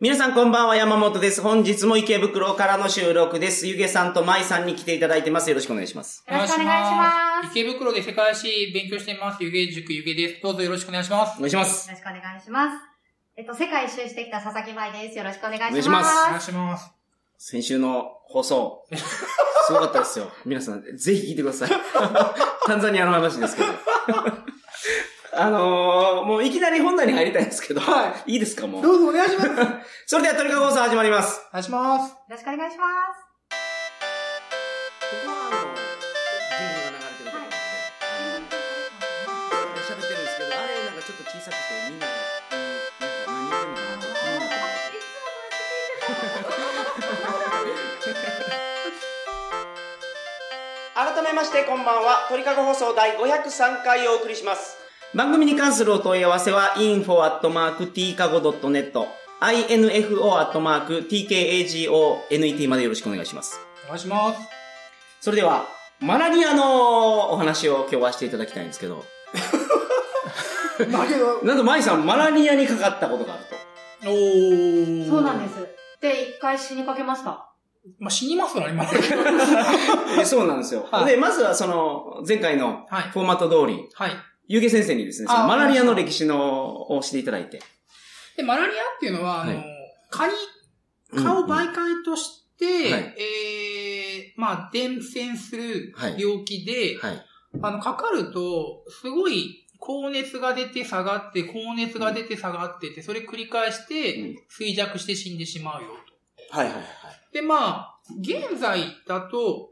皆さんこんばんは、山本です。本日も池袋からの収録です。ゆげさんとまいさんに来ていただいてます。よろしくお願いします。よろしくお願いします池袋で世界史勉強しています。ゆげ塾ゆげです。どうぞよろしくお願いします。お願いしまよす。ろしくお願いします。えっと、世界一周してきた佐々木舞です。よろしくお願いします。お願いしますお願いします。先週の放送、すごかったです よ。皆さん、ぜひ聞いてください。タンザニアの話ですけど。あのー、もういきなり本題に入りたいんですけど、い、いですか、もう。うぞお願いします。お願それでは、トリカゴ放送始まります。いします。よろしくお願いします。ここは、あの、ジングルが流れてるところなんで、あの喋ってるんですけど、あれなんかちょっと小さくしてみんなが、うんなんか何言ってんのかなって改めましてこんばんは鳥かご放送第503回をお送りします番組に関するお問い合わせは info.tkago.net info.tkago.net までよろしくお願いしますお願いします。それではマラリアのお話を今日はしていただきたいんですけどだけ ど。なんと舞さんマラリアにかかったことがあるとおー。。そうなんですす。で、一回死にかけました。まあ、死にますから、今。はい。えそうなんですよ、はいでまずはその前回のはい。フォーマット通りはい。ゆうげ先生にですねそあのマラリアの歴史のをしていただいてで、マラリアっていうのは、あの、はい蚊に蚊を媒介として、はいえー、まあ、伝染するはい病気で、はいあの、かかると、すごい、高熱が出て下がって、高熱が出て下がってって、それ繰り返してうん、衰弱して死んでしまうよと。はいはいはいで、まあ、現在だと、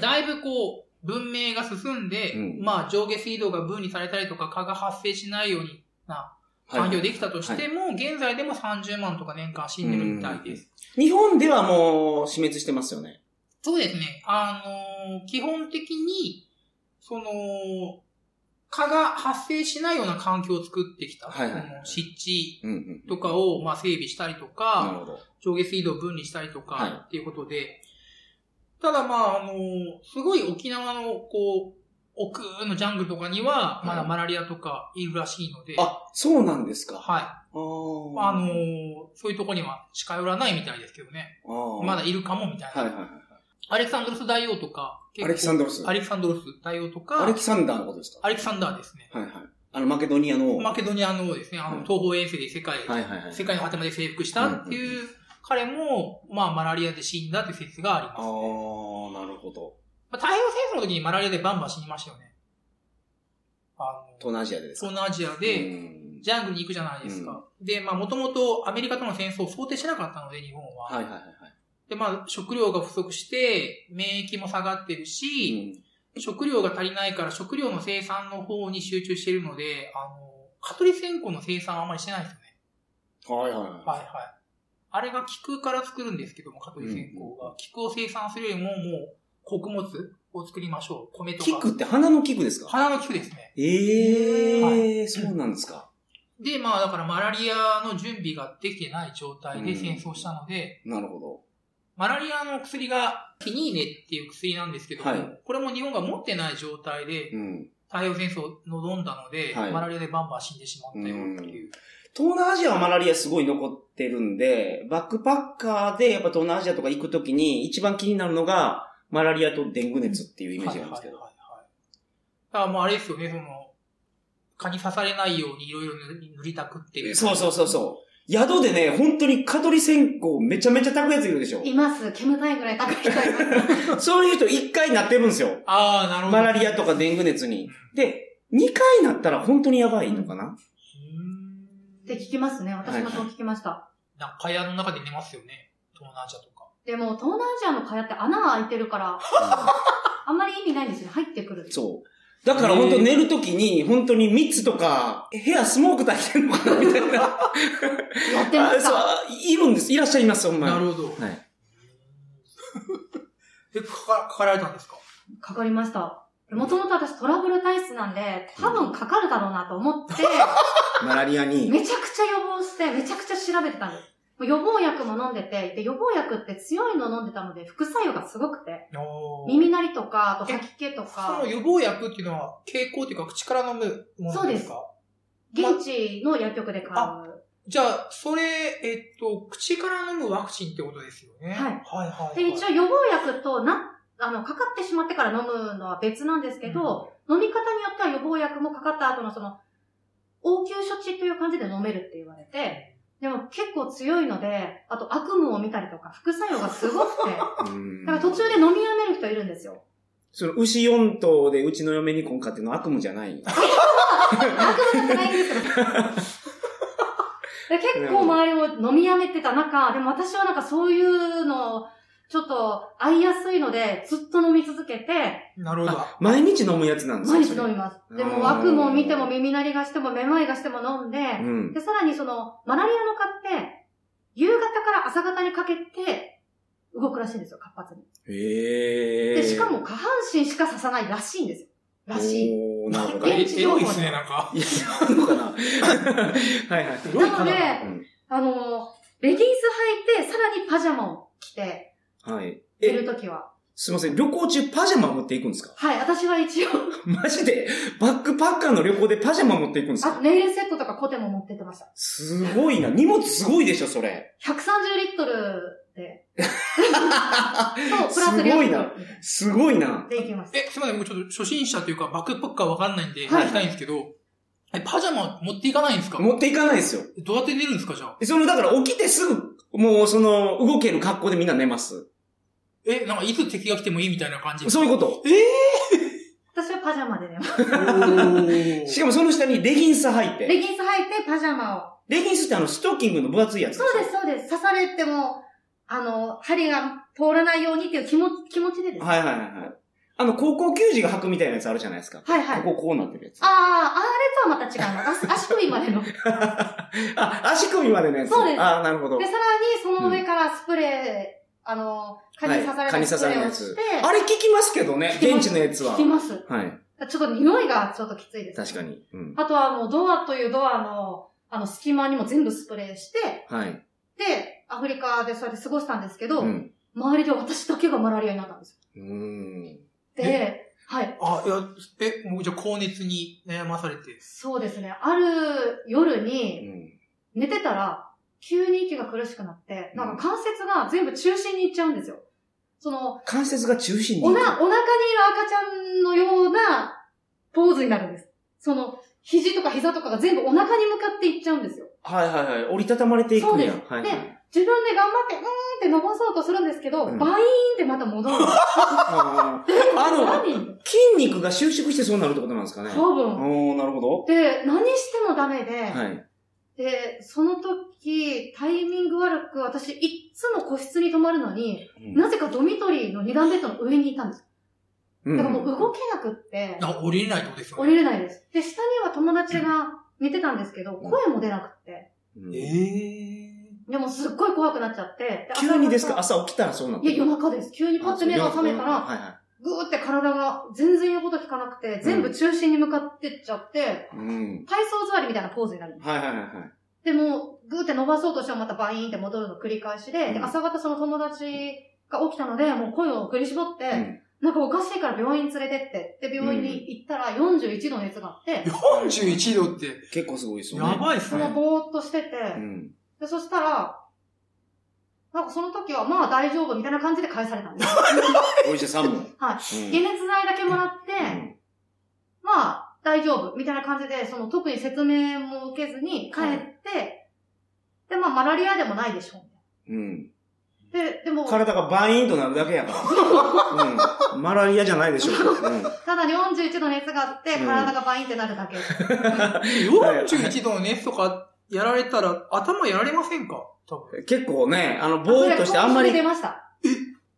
だいぶこう、文明が進んで、うんまあ、上下水道が分離されたりとか、蚊が発生しないようになはい環境できたとしても、現在でも30万とか年間死んでるみたいです。日本ではもう死滅してますよね。そうですね。あのー基本的に、その、蚊が発生しないような環境を作ってきた。はいはいその湿地うんうん。とかを、まあ、整備したりとなるか、ほど。上下水道を分離したりとはいか、っていうことで、ただまあ、あのーすごい沖縄の、こう、奥のジャングルとかには、まだマラリアとかいるらしいので、あ、そうなんですか。はい。あーまあ、あのーそういうとこには近寄らないみたいですけどね。あーまだいるかもみたいな。はいはいはアレキサンドロス大王とか、い。ア結構レキサンドロス。アレキサンドロス大王とか、アレキサンダーのことですかアレキサンダーですね。はいはい。あの、マケドニアの。マケドニアの王ですね、あの、うん東方遠征で世界、はいはいはい。世界の果てまで征服したっていう、彼も、まあ、マラリアで死んだという説がありまああす、ね。ー、なるほど。まあ、太平洋戦争の時にマラリアでバンバン死にましたよね。あの、東南アジアでです東か南アジアうで、んジャングルに行くじゃないですか。で、まあ、もともとアメリカとの戦争を想定しなかったので、日本は。はいはいはいはで、まあ、食料が不足して、免疫も下がってるし、い。うん食料が足りないから食料の生産の方に集中しているので、あの、蚊取り線香の生産はあまりしてないですよね。はいはいははいはい。あれが菊から作るんですけども、蚊取り線香が。菊を生産するよりも、もう、穀物を作りましょう。米い。とキッか。クって花のキックですか花の菊ですね。えはえ、そうなんですか。で、まあだからマラリアの準備ができてない状態うでん戦争したので、なるほど。マラリアの薬がキニーネっていう薬なんですけども、はいこれも日本が持ってない状態で、うん。太平洋戦争を臨んだので、はいマラリアでバンバン死んでしまったよっていう。東南アジアはマラリアすごい残ってるんで、バックパッカーでやっぱ東南アジアとか行くときに一番気になるのが、マラリアとデング熱っていうイメージなんですけど。はいはいはいはい。だからもうあれですよね、その、蚊に刺されないようにいろいろ塗りたくっていう。そうそうそうそう。宿でね、本当に蚊取り線香めちゃめちゃ炊くやついるでしょい。ます。煙たいぐらい高い人い ます。そういう人1回なってるんですよ。ああ、なるほど。マラリアとかデング熱に。で、2回なったら本当にやばいのかな、うーん。って聞きますね。私もそう聞きました。なんか蚊帳の中で寝ますよね。東南アジアとか。でも、東南アジアの蚊帳って穴が開いてるから、あんまり意味ないんですよ。入ってくる。そう。だから本当寝るときに、本当に蜜とか、部屋スモーク焚いてるのかなみたいな。やってますかあ そう、いるんです。いらっしゃいます、ほんまに。なるほど。はい。え、かか、かかられたんですかかかりました。もともと私トラブル体質なんで、多分かかるだろうなと思って、マラリアに。めちゃくちゃ予防して、めちゃくちゃ調べてたんです。もう予防薬も飲んでて、で、予防薬って強いの飲んでたので、副作用がすごくて、おー耳鳴りとか、あと吐き気とそかの、予防薬っていうのは、経口っていうか、口から飲むものなんですか現地の薬局で買う。じゃあ、それ、えっと、口から飲むワクチンってことですよね。はいはいはいはい。で、一応予防薬とな、あの、かかってしまってから飲むのは別なんですけど、飲み方によっては予防薬もかかった後のその、応急処置という感じで飲めるって言われて、でも結構強いので、あと悪夢を見たりとか副作用がすご くて、だうんから途中で飲みやめる人いるんですよ。その、牛4頭でうちの嫁にこんかっていうのは悪夢じゃないよ。悪夢じゃないんですけど。で結構周りも飲みやめてた中、でも私はなんかそういうのをちょっと合いやすいので、ずっと飲み続けて、なるほど。毎日飲むやつなんです毎日それ飲みます。であも、ー悪夢を見ても耳鳴りがしてもめまいがしても飲んで、うん。で、さらにその、マラリアの蚊って、夕方から朝方にかけて、動くらしいんですよ、活発に。へえ。で、しかも下半身しか刺さないらしいんですよ。らしい。おーなるほど。現いえ地エ情報ロいですね、なんか。や、そうかな。 はいはい。エロいなのかでうんあのー、レギンス履いて、さらにパジャマを着て、はい。寝るえ、ときは。すいません。旅行中パジャマ持っていくんですか はい、私は一応、マジで、バックパッカーの旅行でパジャマ持っていくんですあとかネイルセットとかコテも持ってってました。すごいな。荷物すごいでしょ、それ。 130リットル で、そう、プラすスリアごルいな。すごいな。で行きました。え、すみません、もうちょっと初心者というか、バックパッカーわかんないんで、はい行きたいんですけど、え、パジャマ持っていかないんですか持っていかないですよ。どうやって寝るんですか、じゃあ。その、だから起きてすぐ、もうその、動ける格好でみんな寝ます。え、なんかいつ敵が来てもいいみたいな感じ。そういうこと。私はパジャマで寝ます。ーしかもその下にレギンス履いレて。ギンス履いてパジャマを。レギンスってあの、ストッキングの分厚いやつ。そうです、そうです。刺されても、あの、針が通らないようにっていう気持ち、気持ちでです。はいはいはいはい。あの、高校球児が履くみたいなやつあるじゃないですか。はいはい。あこここうなってるやつ。あー、あれとはまた違います。足足首までの。で、さ あ、足首までのやつ。そうですあーなるほど。らにその上からスプレー、あの、蚊に刺され蚊なに刺いさスプれレないやーをしつて、。あれ効きますけどね、効きま現す地のやつは。効きます。はい。ちょっと匂いがちょっときついです。確かに。うん。あとはもうドアというドアの、あの、隙間にも全部スプレーして、はい。で、アフリカでそうやって過ごしたんですけど、うん。周りで私だけがマラリアになったんですうーん。よ。で、はい。あ、いや、え、もうじゃあ高熱に悩まされて。そうですね。ある夜うにん寝てたら、急に息が苦しくなって、なんか関節が全部中心にいっちゃうんですよ。その、関節が中心に。おな、お腹にいる赤ちゃんのようなポーズになるんです。その、肘とか膝とかが全部お腹に向かっていっちゃうんですよ。はいはいはい。折りたたまれていくんやそうで。すはいはい。自分で頑張って、うーんって伸ばそうとするんですけど、うんバイーンってまた戻 るんです。あーあ何の、筋肉が収縮してそうなるってことなんですかね。多お分。ー、なるほど。で、何してもダメで、はい。で、その時、タイミング悪く、私、いっつも個室に泊まるのに、うんなぜかドミトリーの二段ベッドの上にいたんです。うだんからもう動けなくって、あ、降りれないってことですよね。降りれないです。で、下には友達が寝てたんですけど、うん声も出なくって。うんえでもすっごい怖くなっちゃって。で急にですか朝方朝起きたらそうなっているや、夜中です。急にパッて目が覚めたら、はいはぐーって体が全然言うこと聞かなくて、全部中心に向かってっちゃって、い。うん。体操座りみたいなポーズになるんです。はいはいはいはい。でも、ぐーって伸ばそうとしてもまたバイーンって戻るの繰り返しで、でうん朝方その友達が起きたので、もう声を振り絞って、うんなんかおかしいから病院連れてって、で、病院に行ったら41度の熱があってー、、41度って、結構すごいですよね。やばいっすそねの。ぼーっとしてて、うん。で、そしたら、なんかその時はまあ大丈夫みたいな感じで返されたん です。お医者さんも。。はい解熱剤だけもらって、うんまあ大丈夫みたいな感じで、その特に説明も受けずに帰って、で、まあマラリアでもないでしょうん。う。で、でも、体がバイーンとなるだけやから。うん。マラリアじゃないでしょう。うん。ただ41度熱があって、うん体がバインってなるだけ。 41度の熱とかやられたら、頭やられませんか多分。結構ね、あの、ぼーっとしてあんまりそれ。出ました。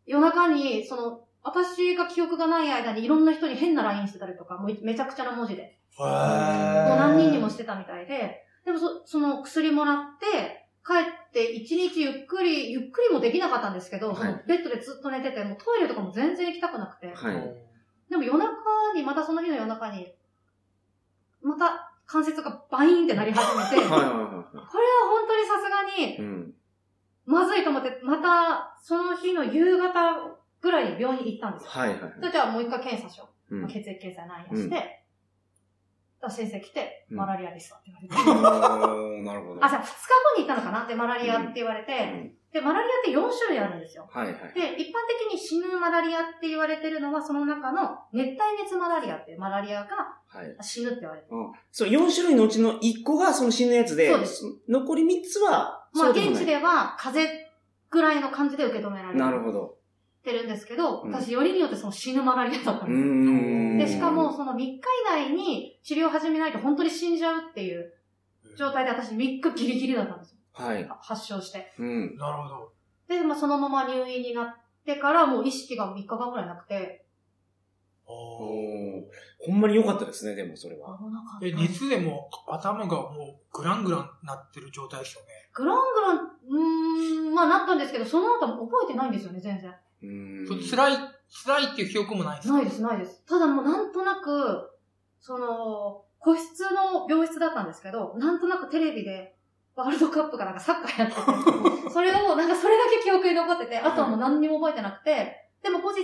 夜中に、その、私が記憶がない間にいろんな人に変な LINE してたりとか、もうめちゃくちゃな文字で。もうーもう何人にもししてたみたいで。でもそ、その薬もらって、帰って一日ゆっくり、ゆっくりもできなかったんですけど、はいそのベッドでずっと寝てて、もうトイレとかも全然行きたくなくて。はい。でも夜中に、またその日の夜中に、また関節がバイーンってなり始めて、はいはいはいはこれは本当にさすがにい。うん。まずいと思って、また、その日の夕方ぐらいに病院に行ったんですよ。はいはいはい。 それじゃあもう一回検査しようう。ん血液検査何やして、ら先生来て、うんマラリアですわって言われ て。おーなるほど。あ、じゃあ2日後に行ったのかなで、マラリアって言われて、うんで、マラリアって4種類あるんですよ。はいはい。で、一般的に死ぬマラリアって言われてるのは、その中の熱帯熱マラリアっていうマラリアがはい。死ぬって言われてる。うん。そう、4種類のうちの1個がその死ぬやつで、そうです残り3つは、まあ、そうもない現地。では風邪ぐらいの感じで受け止められなるほてど。るんですけど、うん私よりによってその死ぬマラリアだったうんです。ーん。で、しかも、、その3日以内に治療を始めないと本当に死んじゃうっていう状態で、私3日ギリギリだったんですよ。はい。発症して。うん。なるほど。で、まあ、そのまま入院になってから、もう意識が3日間ぐらいなくて、おおーーほんまに良かったですね、でもそれ危は。なかった。え、熱でも頭がもうグラングランなってる状態ですよね。グラングラン、うーん、まあなったんですけど、その後も覚えてないんですよね、全然。うーん。それい。辛い、辛いっていう記憶もないですかないです、ないです。ただもうなんとなく、その、個室の病室だったんですけど、なんとなくテレビで、ワールドカップかなんかサッカーやって て、それを、なんかそれだけ記憶に残ってて、あとはもう何にも覚えてなくて、でも後日、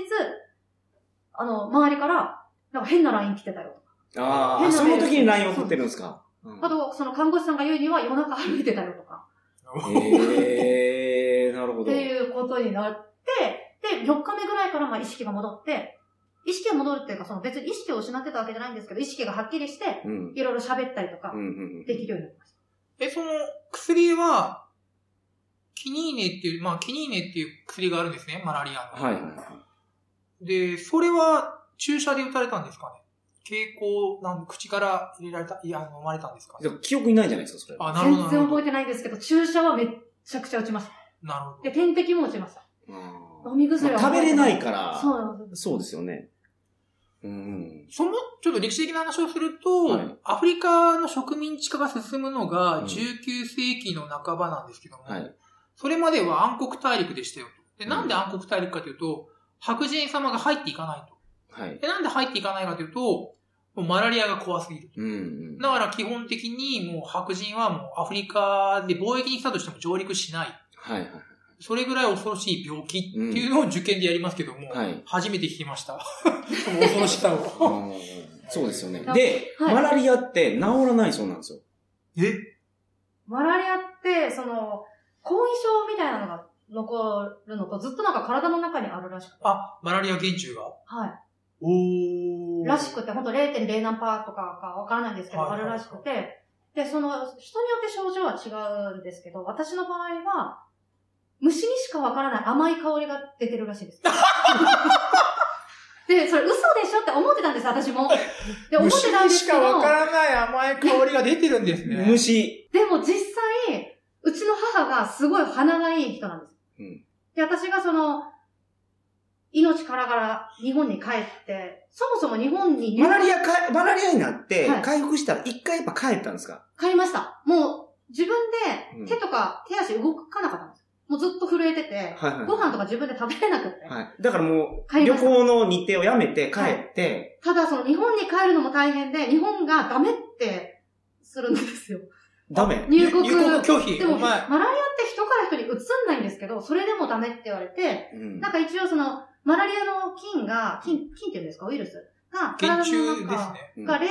あの、周りから、なんか変な LINE 来てたよ。 ああ、その時に LINE を送ってるんですか。うんあと、その看護師さんが言うには夜中歩いてたよとか、ええー、なるほっど。ていうことになって、で、4日目ぐらいからまあ意識が戻って、意識が戻るっていうか、その別に意識を失ってたわけじゃないんですけど、意識がはっきりして、うん。うんいろいろ喋ったりとかう、んうん。できるようになりましえ、その薬は、キニーネっていう、まあ、キニーネっていう薬があるんですね、マラリアの。はいはいはで、それは注射で打たれたんですかね蛍光、なん口から入れられた、いや、飲まれたんですかい。でも記憶にないじゃないですか、それ。あ、た。なるほど。全然覚ええてないんですけど、注射はめっちゃくちゃ打ちました。なるほで、ど。点滴も打ちました。うん飲み薬はまあ食べれないら。から、そうなんです。そうですよね。うん。その、ちょっと歴史的な話をすると、はいアフリカの植民地化が進むのうがん19世紀の半ばなんですけども、はい。それまでは暗黒大陸でしたよと。で、なんで暗黒大陸かというと、白人様が入っていかないと。はい。で、なんで入っていかないかというと、もうマラリアが怖すぎる。うんうん。だから基本的にもう白人はもうアフリカで貿易に来たとしても上陸しない。はいはい。それぐらい恐ろしい病気っていうのを受験でやりますけども、はい初めて聞きました。 その恐ろしさうを。んそうですよねだ。で、はいマラリアって治らないそうなんですよ。えマラリアって、その、後遺症みたいなのが残るのと、ずっとなんか体の中にあるらしくて。あ、マラリア原虫が。はい。おー。らしくて、本当0.0何パーとかかわからないんですけど、はいはいはいあるらしくて、で、その、人によって症状は違うんですけど、私の場合は、虫にしかわからない甘い香りが出てるらしいです。で、それ嘘でしょって思ってたんです、私も。 で、思ってたんですけど、らない甘い香りが出てるんです虫。でも実際、うちの母がすごい鼻がいい人なんです。うんで、私がその、命からがら日本に帰って、そもそも日本にマラリアか、マラリアになってはい、回復したら一回やっぱ帰ったんですか買いました。もう、自分うんで手とか手足動かなかったんですよ。もうずっと震えてて、はいはい。ご飯とか自分で食べれなくて。はい。だからもう、帰り旅ました行の日程をやめて帰って、ただその日本に帰るのも大変で、日本がダメってするんですよ。ダメ。入国。入国拒否。でも、おマラ前リアって人から人に移んないんですけど、それでもダメって言われて、うんなんか一応その、マラリアの菌が、菌、菌っていうんですか、ウイルスが、原虫のですね。うんがは0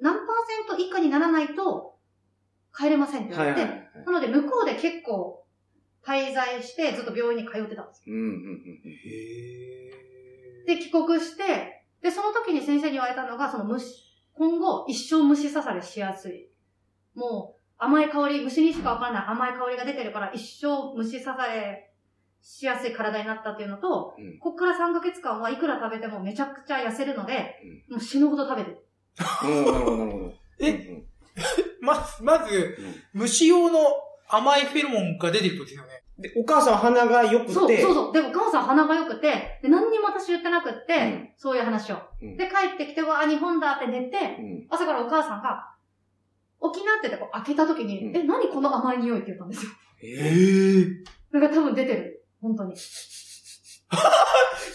何パーセント以下にならないと帰れませんってい言わはれいて、はい。なので、向こうで結構滞在して、ずっと病院に通ってたんですよ。うんうんうん。で、帰国して、で、その時に先生に言われたのが、その虫、今後、一生虫刺されしやすい。もう、甘い香り、虫にしかわからない甘い香りが出てるから、一生虫刺されしやすい体になったっていうのと、うんこっから3ヶ月間はいくら食べてもめちゃくちゃ痩せるので、もう死ぬほど食べてる。うん、なるほど、なるほど。えうんま、まず、うんうん虫用の甘いフェロモンが出てるとですよね。で、お母さんは鼻が良くて、そう、そうそう。で、お母さん鼻が良くて、で、何にも私言ってなくって、うんそういう話を。うんで、帰ってきて、わあ、日本だって寝て、うん朝からお母さんが、沖縄ってこう開けた時に、うんえ、何この甘い匂いって言ったんですよ。 ええなんか多分出てる。本当に。い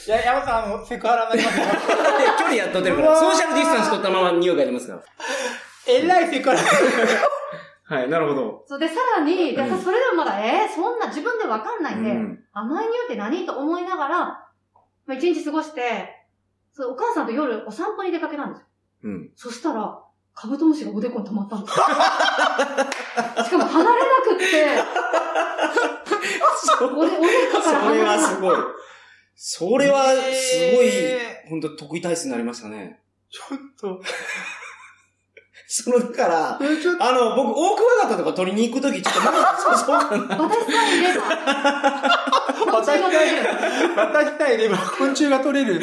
や、山さん、あの、セクハラになりますよ。 ー、だって距離やっとってるから、うわーソーシャルディスタンス取ったまま匂いが出ますかえらいセクハラ。ら。はい、なるほど。そうで、さらに、でうんそれでもまだ、えーそんな自分でわかんないんで、うん甘い匂いって何と思いながら、まあ、一日過ごして、そうお母さんと夜お散歩に出かけたんですよ。うん。そしたら、カブトムシがおでこに溜まったんですよ。 しかも離れなくって、そおで、おでこからそ離れれはなすくごい。それはすごい、え本当得意体質になりましたね。ーちょっと、 その、だから、えちょっと、あの、僕、大クワガタとか取りに行くとき、ちょっと、なんかそうそうか な。私さえいれば、 こっちが大丈夫。また来たいで今、昆虫が取れる。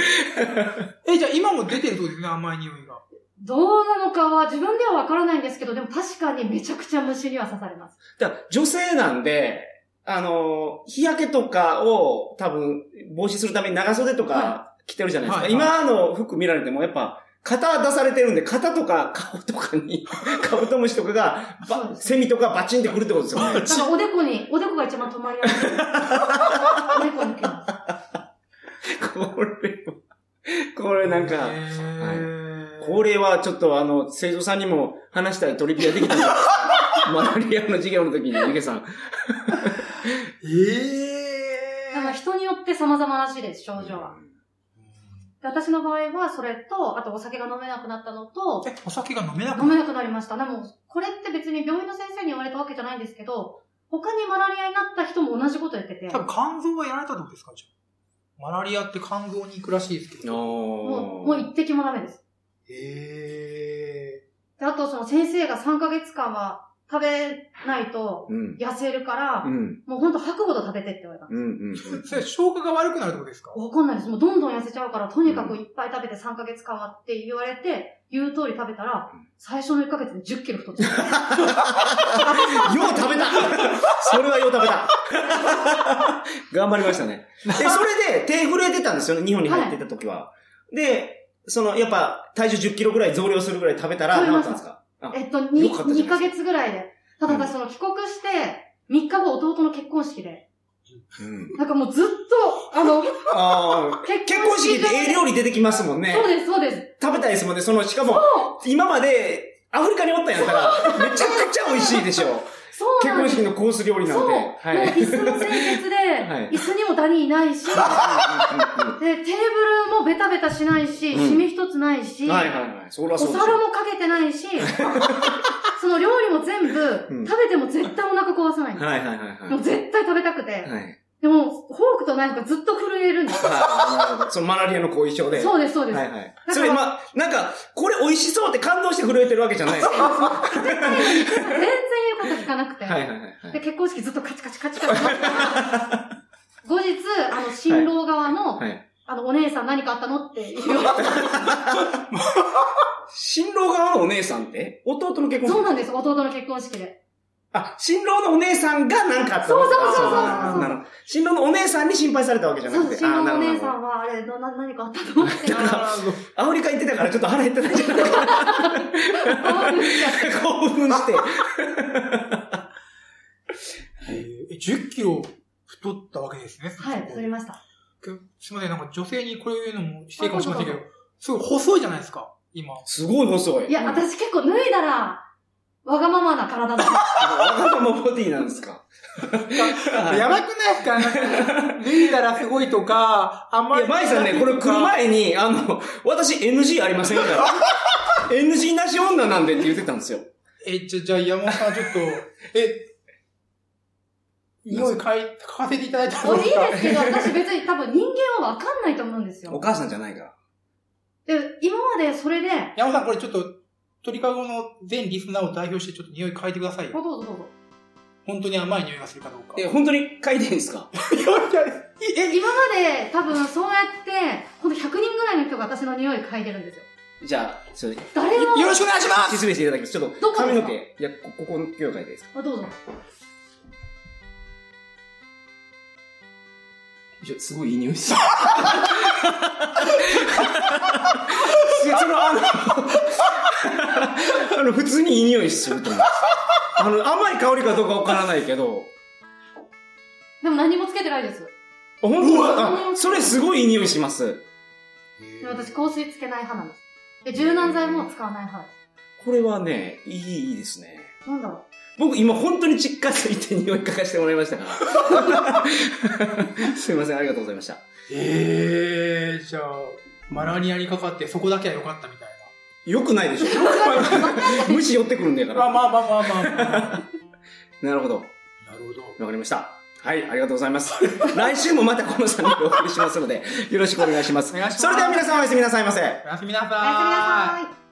え、じゃあ今も出てるってことですね、甘い匂いが。どうなのかは自分ではわからないんですけど、でも確かにめちゃくちゃ虫には刺されます。だから女性なんで、あの、日焼けとかを多分防止するために長袖とか着てるじゃないですか。はいは今いの服見られてもやっぱ、肩出されてるんで、肩とか顔とかに、 カブトムシとかが、そうばですセミとかバチンってくるってことですよね。なんかおでこに、おでこが一番止まりや すい。おでこに来ます。これは、これなんか、えこれはちょっとあの、生徒さんにも話したいトリビアできたんですかマラリアの授業の時に、ゆけさん。えなんか人によって様々らしいです、症状は。で私の場合はそれと、あとお酒が飲めなくなったのと、え、お酒が飲めなく飲なめなるくなりました。でも、これって別に病院の先生に言われたわけじゃないんですけど、他にマラリアになった人も同じこと言ってて多、分肝臓がやられたってことですかじゃあマラリアって肝臓に行くらしいですけど。ももう、もう一滴もダメです。えで、あとその先生が3ヶ月間は食べないとうん。痩せるから、うん。もうほんと吐くほど食べてって言われた。うん。うん。ー。それ消化が悪くなるってことですかわかんないです。もうどんどん痩せちゃうから、とにかくいっぱい食べて3ヶ月間はって言われて、言う通り食べたらうん、最初の1ヶ月で10キロ太っち ゃった。よう食べたそれはよう食べた頑張りましたね。で、それで手震えてたんですよね、日本に入ってた時は。で、その、やっぱ、体重10キロぐらい増量するぐらい食べたら、食治べまっしたたんですかえっと、よ2、かったじゃないです2かヶ月ぐらいで。ただ私、その帰国して、3日後弟の結婚式で。うん。なんかもうずっと、あの、ああ、結結婚式ってええ料理理出てきますもんねそ。うです、そうです。食べたいですもんね、その、しかも、今まで、アフリカにおったんやったら、めちゃくちゃ美味しいでしょ。そう結なん婚です。式のコース料理なんそう。て。もうはい。椅子も清潔で、い椅子にもダニいないし、で、はテーブルもベタベタしないし、うんシミ一つないし、いはいはい。そらおそうですよ皿もかけてないし、その料理も全部、うん食べても絶対お腹壊さないんです。はいはいはいはい。もう絶対食べたくて。はい。でも、フォークとナイフがずっと震えるんです。なるほど。そのマラリアの後遺症で。そうです、そうです。はいはい。らそれ、ま、なんか、これ美味しそうって感動して震えてるわけじゃないですか。絶対に全然言うこと聞かなくて。はいはいはいはで、い。結婚式ずっとカチカチカチカチ。後日、あの、新郎側の、はい。あの、お姉さん何かあったのって言われて、新郎側のお姉さんって弟の結婚そうなんです、弟の結婚式で。あ、新郎のお姉さんが何かあったそうそうそうそうあーなるほど新郎のお姉さんに心配されたわけじゃなそくう、て。新郎あーなのおるほど姉さんは、あれ、な、な何かあったと思って。だからアフリカ行ってたからちょっと腹減ってたんじゃないかな。興奮して。えーえ10キロ太ったわけですね。はい、そ太こりました。すみません、なんか女性にこういうのも失礼かもしれませんけど、すごい細いじゃないですか、今。すごい細い。いや、私結構脱いだら、わがままな体だっわた。がままボディなんですか。 やばくないですかなんか脱いだらすごいとか、あんまいり。や、舞さんね、これ来る前に、あの、私 NG ありませんから。NG なし女なんでって言ってたんですよ。え、じゃ、じゃあ山本さんちょっと、え、匂い嗅い、嗅かせていただいた俺いいですかですけど、私別に多分人間はわかんないと思うんですおよ。母さんじゃないから。で、今までそれで、あ、山本さんこれちょっと、鳥かごの全リスナーを代表してちょっと匂い嗅いでくださいどよ。うぞどうぞ。本当に甘い匂いがするかどうか。え、本当に書いていいんですかいやいやえ、今まで多分そうやって、ほんと100人ぐらいの人が私の匂い嗅いでるんですよ。じゃあ、それ、誰も、よろしくお願いします失礼していただきます。ちょっどと、こですか髪の毛。いや、こここの毛を書いていいですかあどうぞ。いやすごいいい匂 いです。いやその、あ の、あの、普通にいい匂いすると思います。あの、甘い香りかどうかわからないけど、でも何もつけてないです。あ本当だあそれすごいいい匂いします。で私香水つけない派なんです。で、柔軟剤も使わない派でこれはね、いい、いいですね。す。なんだろ僕今本当に実家ついて匂い嗅かしてもらいましたから。 すいません、ありがとうございました。えー、じゃあ、マラリアにかかってそこだけは良かったみたいな。よくないでしょ。 無視寄ってくるんだかまあら。まあまあまあまあ まあ。なるほど。なるほど。わかりました。はい、ありがとうございます。来週もまたこの3人でお送りしますので、よろしくお願いします。お願いしますそれでは皆さんおやすみなさいませ。おやすみなさーおやすみい。なさい。